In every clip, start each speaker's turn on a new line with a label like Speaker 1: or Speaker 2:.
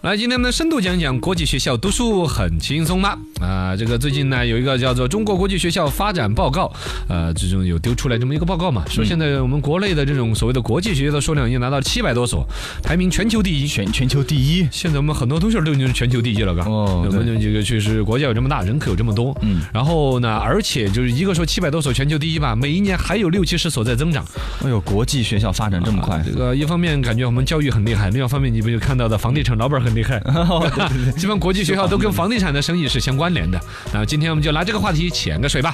Speaker 1: 来，今天我们深度讲讲国际学校读书很轻松吗？啊、这个最近呢有一个叫做《中国国际学校发展报告》，呃，这种有丢出来这么一个报告嘛，说现在我们国内的这种所谓的国际学校的数量已经达到七百多所，排名全球第一。
Speaker 2: 全全球第一，
Speaker 1: 现在我们很多东西儿都已经是全球第一了，嘎。
Speaker 2: 哦
Speaker 1: 我
Speaker 2: 对
Speaker 1: 们这个确实国家有这么大，人口有这么多，
Speaker 2: 嗯，
Speaker 1: 然后呢，而且就是一个说七百多所全球第一吧，每一年还有六七十所在增长。
Speaker 2: 哎呦，国际学校发展这么快
Speaker 1: 啊，这个一方面感觉我们教育很厉害，另外一方面你不就看到的房地产老板很厉害， 基本国际学校都跟房地产的生意是相关联的。那今天我们就拿这个话题潜个水吧。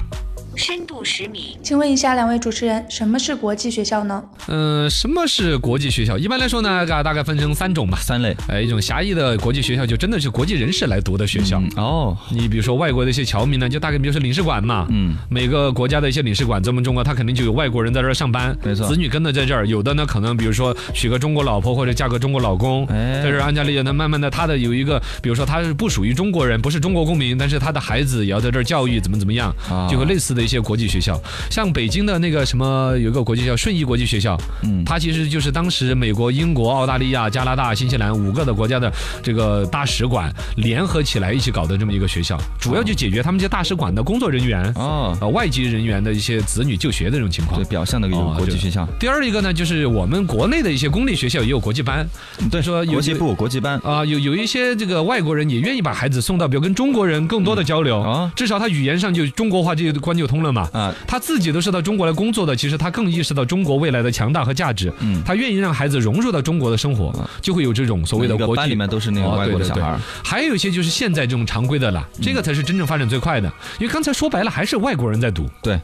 Speaker 3: 深度十米，
Speaker 4: 请问一下两位主持人，什么是国际学校呢？
Speaker 1: 嗯、什么是国际学校？一般来说呢，大大概分成三种吧。
Speaker 2: 三类
Speaker 1: 呃，一种狭义的国际学校，就真的是国际人士来读的学校。
Speaker 2: 嗯哦，
Speaker 1: 你比如说外国的一些侨民呢，就大概比如说领事馆嘛，
Speaker 2: 嗯，
Speaker 1: 每个国家的一些领事馆，咱们中国它肯定就有外国人在这儿上班，
Speaker 2: 没错
Speaker 1: 子女跟着在这儿，有的呢可能比如说娶个中国老婆或者嫁个中国老公，
Speaker 2: 哎
Speaker 1: 在这儿安家立业，那慢慢的他的有一个，比如说他是不属于中国人，不是中国公民，但是他的孩子也要在这儿教育，怎么怎么样，
Speaker 2: 啊
Speaker 1: 就和类似的一些国际学校，像北京的那个什么有一个国际学校顺义国际学校，
Speaker 2: 嗯
Speaker 1: 它其实就是当时美国、英国、澳大利亚、加拿大、新西兰五个的国家的这个大使馆联合起来一起搞的这么一个学校，主要就解决他们这些大使馆的工作人员、
Speaker 2: 哦，
Speaker 1: 呃外籍人员的一些子女就学的这种情况
Speaker 2: 对，。表象的有
Speaker 1: 哦
Speaker 2: 国际
Speaker 1: 对
Speaker 2: 学校，
Speaker 1: 第二一个呢，就是我们国内的一些公立学校也有国际班，
Speaker 2: 对，
Speaker 1: 说有
Speaker 2: 国际部、国际班，
Speaker 1: 啊、有有一些这个外国人也愿意把孩子送到，比如跟中国人更多的交流，
Speaker 2: 嗯啊
Speaker 1: 至少他语言上就中国话这关就通了嘛。
Speaker 2: 啊
Speaker 1: 他自己都是到中国来工作的，其实他更意识到中国未来的强大和价值，
Speaker 2: 嗯
Speaker 1: 他愿意让孩子融入到中国的生活，就会有这种所谓的
Speaker 2: 每个
Speaker 1: 国
Speaker 2: 班里
Speaker 1: 际。
Speaker 2: 面都是那个
Speaker 1: 哦
Speaker 2: 外
Speaker 1: 对
Speaker 2: 国的
Speaker 1: 对
Speaker 2: 小
Speaker 1: 对
Speaker 2: 孩儿，嗯
Speaker 1: 还有一些就是现在这种常规的了，这个才是真正发展最快的，因为刚才说白了还是外国人在读。
Speaker 2: 对，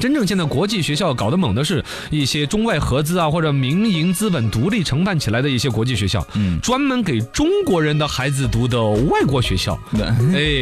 Speaker 1: 真正现在国际学校搞得猛的是一些中外合资啊，或者民营资本独立承办起来的一些国际学校，
Speaker 2: 嗯
Speaker 1: 专门给中国人的孩子读的外国学校。
Speaker 2: 对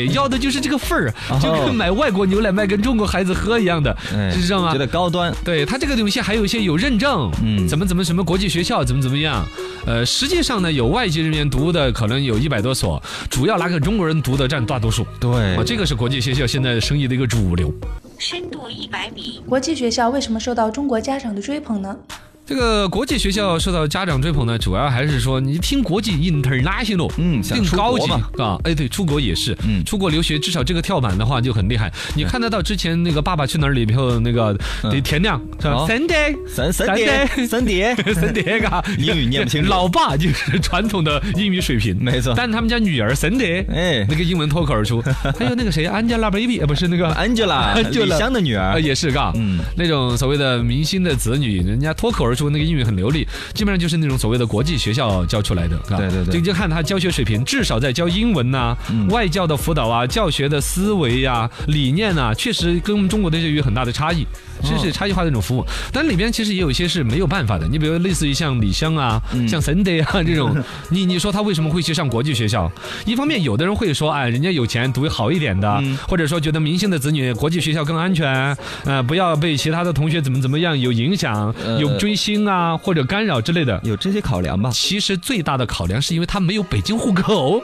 Speaker 1: 哎，要的就是这个份儿，啊
Speaker 2: 哦
Speaker 1: 就跟买外国牛奶卖跟中国孩子喝一样的，
Speaker 2: 哎
Speaker 1: 是这样吗
Speaker 2: 觉？得高端，
Speaker 1: 对它这个东西还有一些有认证，
Speaker 2: 嗯
Speaker 1: 怎么怎么什么国际学校怎么怎么样，呃，实际上呢，有外籍人员读的可能有一百多所，主要拿给中国人读的占大多数。
Speaker 2: 对
Speaker 1: 啊，这个是国际学校现在生意的一个主流。
Speaker 3: 深度一百米，
Speaker 4: 国际学校为什么受到中国家长的追捧呢？
Speaker 1: 这个国际学校受到家长追捧呢，主要还是说你听国际 international，
Speaker 2: 嗯想
Speaker 1: 更
Speaker 2: 出
Speaker 1: 高
Speaker 2: 国
Speaker 1: 级
Speaker 2: 嘛
Speaker 1: 啊，哎，对，出国也是，
Speaker 2: 嗯
Speaker 1: 出国留学至少这个跳板的话就很厉害。你看得到之前那个《爸爸去哪儿》里头那个得田亮是吧
Speaker 2: 哦
Speaker 1: ？Sunday
Speaker 2: 三三点三点，
Speaker 1: Sunday 嘎，
Speaker 2: 英语念不清楚
Speaker 1: 老爸就是传统的英语水平，
Speaker 2: 没错
Speaker 1: 但他们家女儿 Sunday，
Speaker 2: 哎
Speaker 1: 那个英文脱口而 出，还有那个谁 Angelababy，呃，不是那个
Speaker 2: Angela，
Speaker 1: 就
Speaker 2: 李
Speaker 1: 了
Speaker 2: 湘的女
Speaker 1: 啊，
Speaker 2: 儿，
Speaker 1: 也是嘎，
Speaker 2: 嗯
Speaker 1: 那种所谓的明星的子女，人家脱口而出那个英语很流利，基本上就是那种所谓的国际学校教出来的，嘎
Speaker 2: 对对对嗯
Speaker 1: 就就看他教学水平，至少在教英文呐、外教的辅导啊、教学的思维呀、理念呐、确实跟我们中国的这有很大的差异，
Speaker 2: 哦
Speaker 1: 这是差异化的一种服务。但里边其实也有一些是没有办法的，你比如类似于像李湘啊、
Speaker 2: 嗯
Speaker 1: 像 Sunday 啊这 种，你你说他为什么会去上国际学校？一方面，有的人会说，哎，人家有钱读好一点的，
Speaker 2: 嗯
Speaker 1: 或者说觉得明星的子女国际学校更安全，呃，不要被其他的同学怎么怎么样有影响、
Speaker 2: 呃
Speaker 1: 有追星啊或者干扰之类的。
Speaker 2: 有这些考量吧？
Speaker 1: 其实最大的考量是因为他没有北京户口，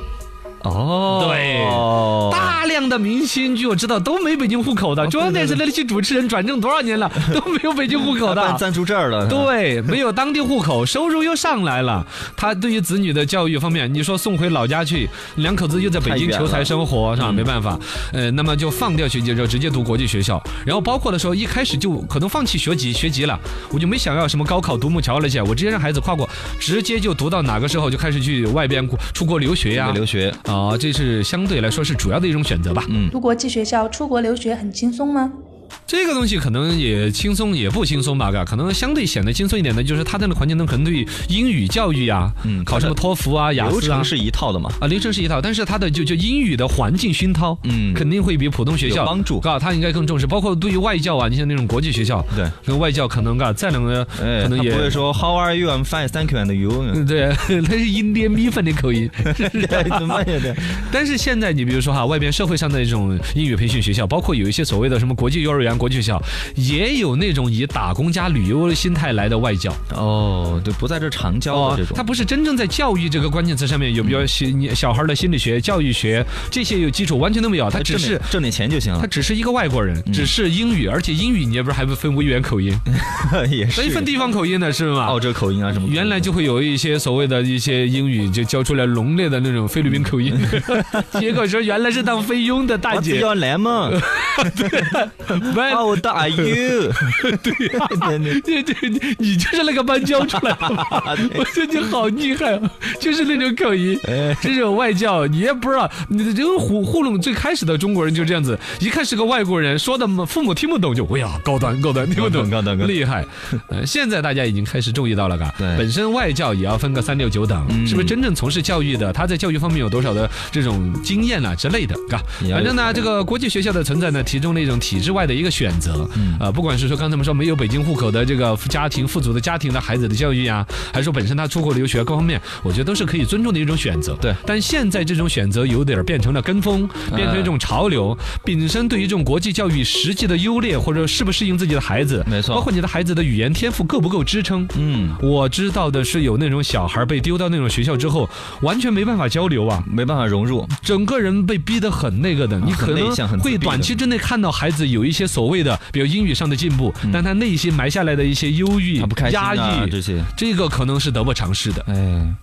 Speaker 2: 哦，
Speaker 1: 对大量的明星据我知道都没北京户口的，中央电视台那些主持人转正多少年了都没有北京户口
Speaker 2: 他
Speaker 1: 的
Speaker 2: 办。暂住证儿了，
Speaker 1: 对，没有当地户口，收入又上来了。他对于子女的教育方面，你说送回老家去，两口子又在北京求财生活是吧？没办法，呃，那么就放掉学籍，就直接读国际学校。然后包括的时候，一开始就可能放弃学籍，学籍了，我就没想要什么高考独木桥那些，我直接让孩子跨过，直接就读到哪个时候就开始去外边国出国留学
Speaker 2: 这
Speaker 1: 呀
Speaker 2: 个、留学，
Speaker 1: 啊、这是相对来说是主要的一种选择吧。
Speaker 4: 读国际学校出国留学很轻松吗？
Speaker 1: 这个东西可能也轻松，也不轻松吧？嘎，可能相对显得轻松一点的，就是它那个环境中可能对英语教育啊，
Speaker 2: 嗯
Speaker 1: 考什么托福啊、雅
Speaker 2: 流
Speaker 1: 思啊
Speaker 2: 程。是一套的嘛？
Speaker 1: 啊，流程是一套，但是它的就就英语的环境熏陶，
Speaker 2: 嗯
Speaker 1: 肯定会比普通学校
Speaker 2: 有帮助
Speaker 1: 嘎，它应该更重视，包括对于外教啊，你像那种国际学校，
Speaker 2: 对，
Speaker 1: 跟外教可能嘎，再两个
Speaker 2: 哎，
Speaker 1: 可能
Speaker 2: 他
Speaker 1: 也
Speaker 2: 不会说 How are you? I'm fine, thank you and you。
Speaker 1: 嗯 对，它是印第安米粉的口音，
Speaker 2: 对，怎么也 对，
Speaker 1: 但是现在你比如说哈，外边社会上的这种英语培训学校，包括有一些所谓的什么国际幼儿园、国际学校，也有那种以打工加旅游的心态来的外教。哦
Speaker 2: 哦，对，不在这长教的这种，嗯
Speaker 1: 他不是真正在教育这个关键词上面有比较心小孩的心理学、教育学这些有基础，完全都没有，他只
Speaker 2: 挣点
Speaker 1: 是。
Speaker 2: 挣点钱就行
Speaker 1: 他
Speaker 2: 了，
Speaker 1: 只是一个外国人，
Speaker 2: 嗯
Speaker 1: 只是英语，而且英语你也不是还不分威远口音，
Speaker 2: 也 是
Speaker 1: 等于分地方口音呢，是吗？
Speaker 2: 澳洲口音啊什么，
Speaker 1: 原来就会有一些所谓的一些英语就教出来浓烈的那种菲律宾口音，结果说原来是当菲佣的大
Speaker 2: 我哦只
Speaker 1: 姐，
Speaker 2: 要来嘛，
Speaker 1: 喂，
Speaker 2: 澳大 are you？对啊 呀，
Speaker 1: 对对，你你就是那个班教出来的 吧？ 我觉得你好厉害啊，就是那种口音，
Speaker 2: 哎
Speaker 1: 这种外教，你也不知道，你这个糊糊弄最开始的中国人就这样子，一看是个外国人，说的嘛父母听不懂就，哎呀，高端高端，听不懂，
Speaker 2: 高端高端
Speaker 1: 厉害。呃，现在大家已经开始注意到了，嘎，
Speaker 2: 对嗯
Speaker 1: 本身外教也要分个三六九等，是不是真正从事教育的，他在教育方面有多少的这种经验啊之类的，嘎，
Speaker 2: 也要有
Speaker 1: 反正呢，这个国际学校的存在呢，提供了一种体制外的一个选择。
Speaker 2: 嗯
Speaker 1: 呃，不管是说刚才我们说没有北京户口的这个家庭富足的家庭的孩子的教育啊，还是说本身他出国留学各方面，我觉得都是可以尊重的一种选择。
Speaker 2: 对
Speaker 1: 但现在这种选择有点儿变成了跟风，变成一种潮流。本身对于这种国际教育实际的优劣，或者适不适应自己的孩子，
Speaker 2: 没错
Speaker 1: 包括你的孩子的语言天赋够不够支撑，
Speaker 2: 嗯，
Speaker 1: 我知道的是有那种小孩被丢到那种学校之后，完全没办法交流啊。
Speaker 2: 没办法融入，
Speaker 1: 整个人被逼得很那个的，你
Speaker 2: 啊很
Speaker 1: 可
Speaker 2: 内向很
Speaker 1: 能
Speaker 2: 自闭
Speaker 1: 会
Speaker 2: 的
Speaker 1: 短期之内看到孩子有一些所谓的，比如英语上的进步，但他内心埋下来的一些忧郁
Speaker 2: 他不开、心
Speaker 1: 压
Speaker 2: 啊
Speaker 1: 抑
Speaker 2: 这些，
Speaker 1: 这个可能是得不偿失的。
Speaker 2: 哎，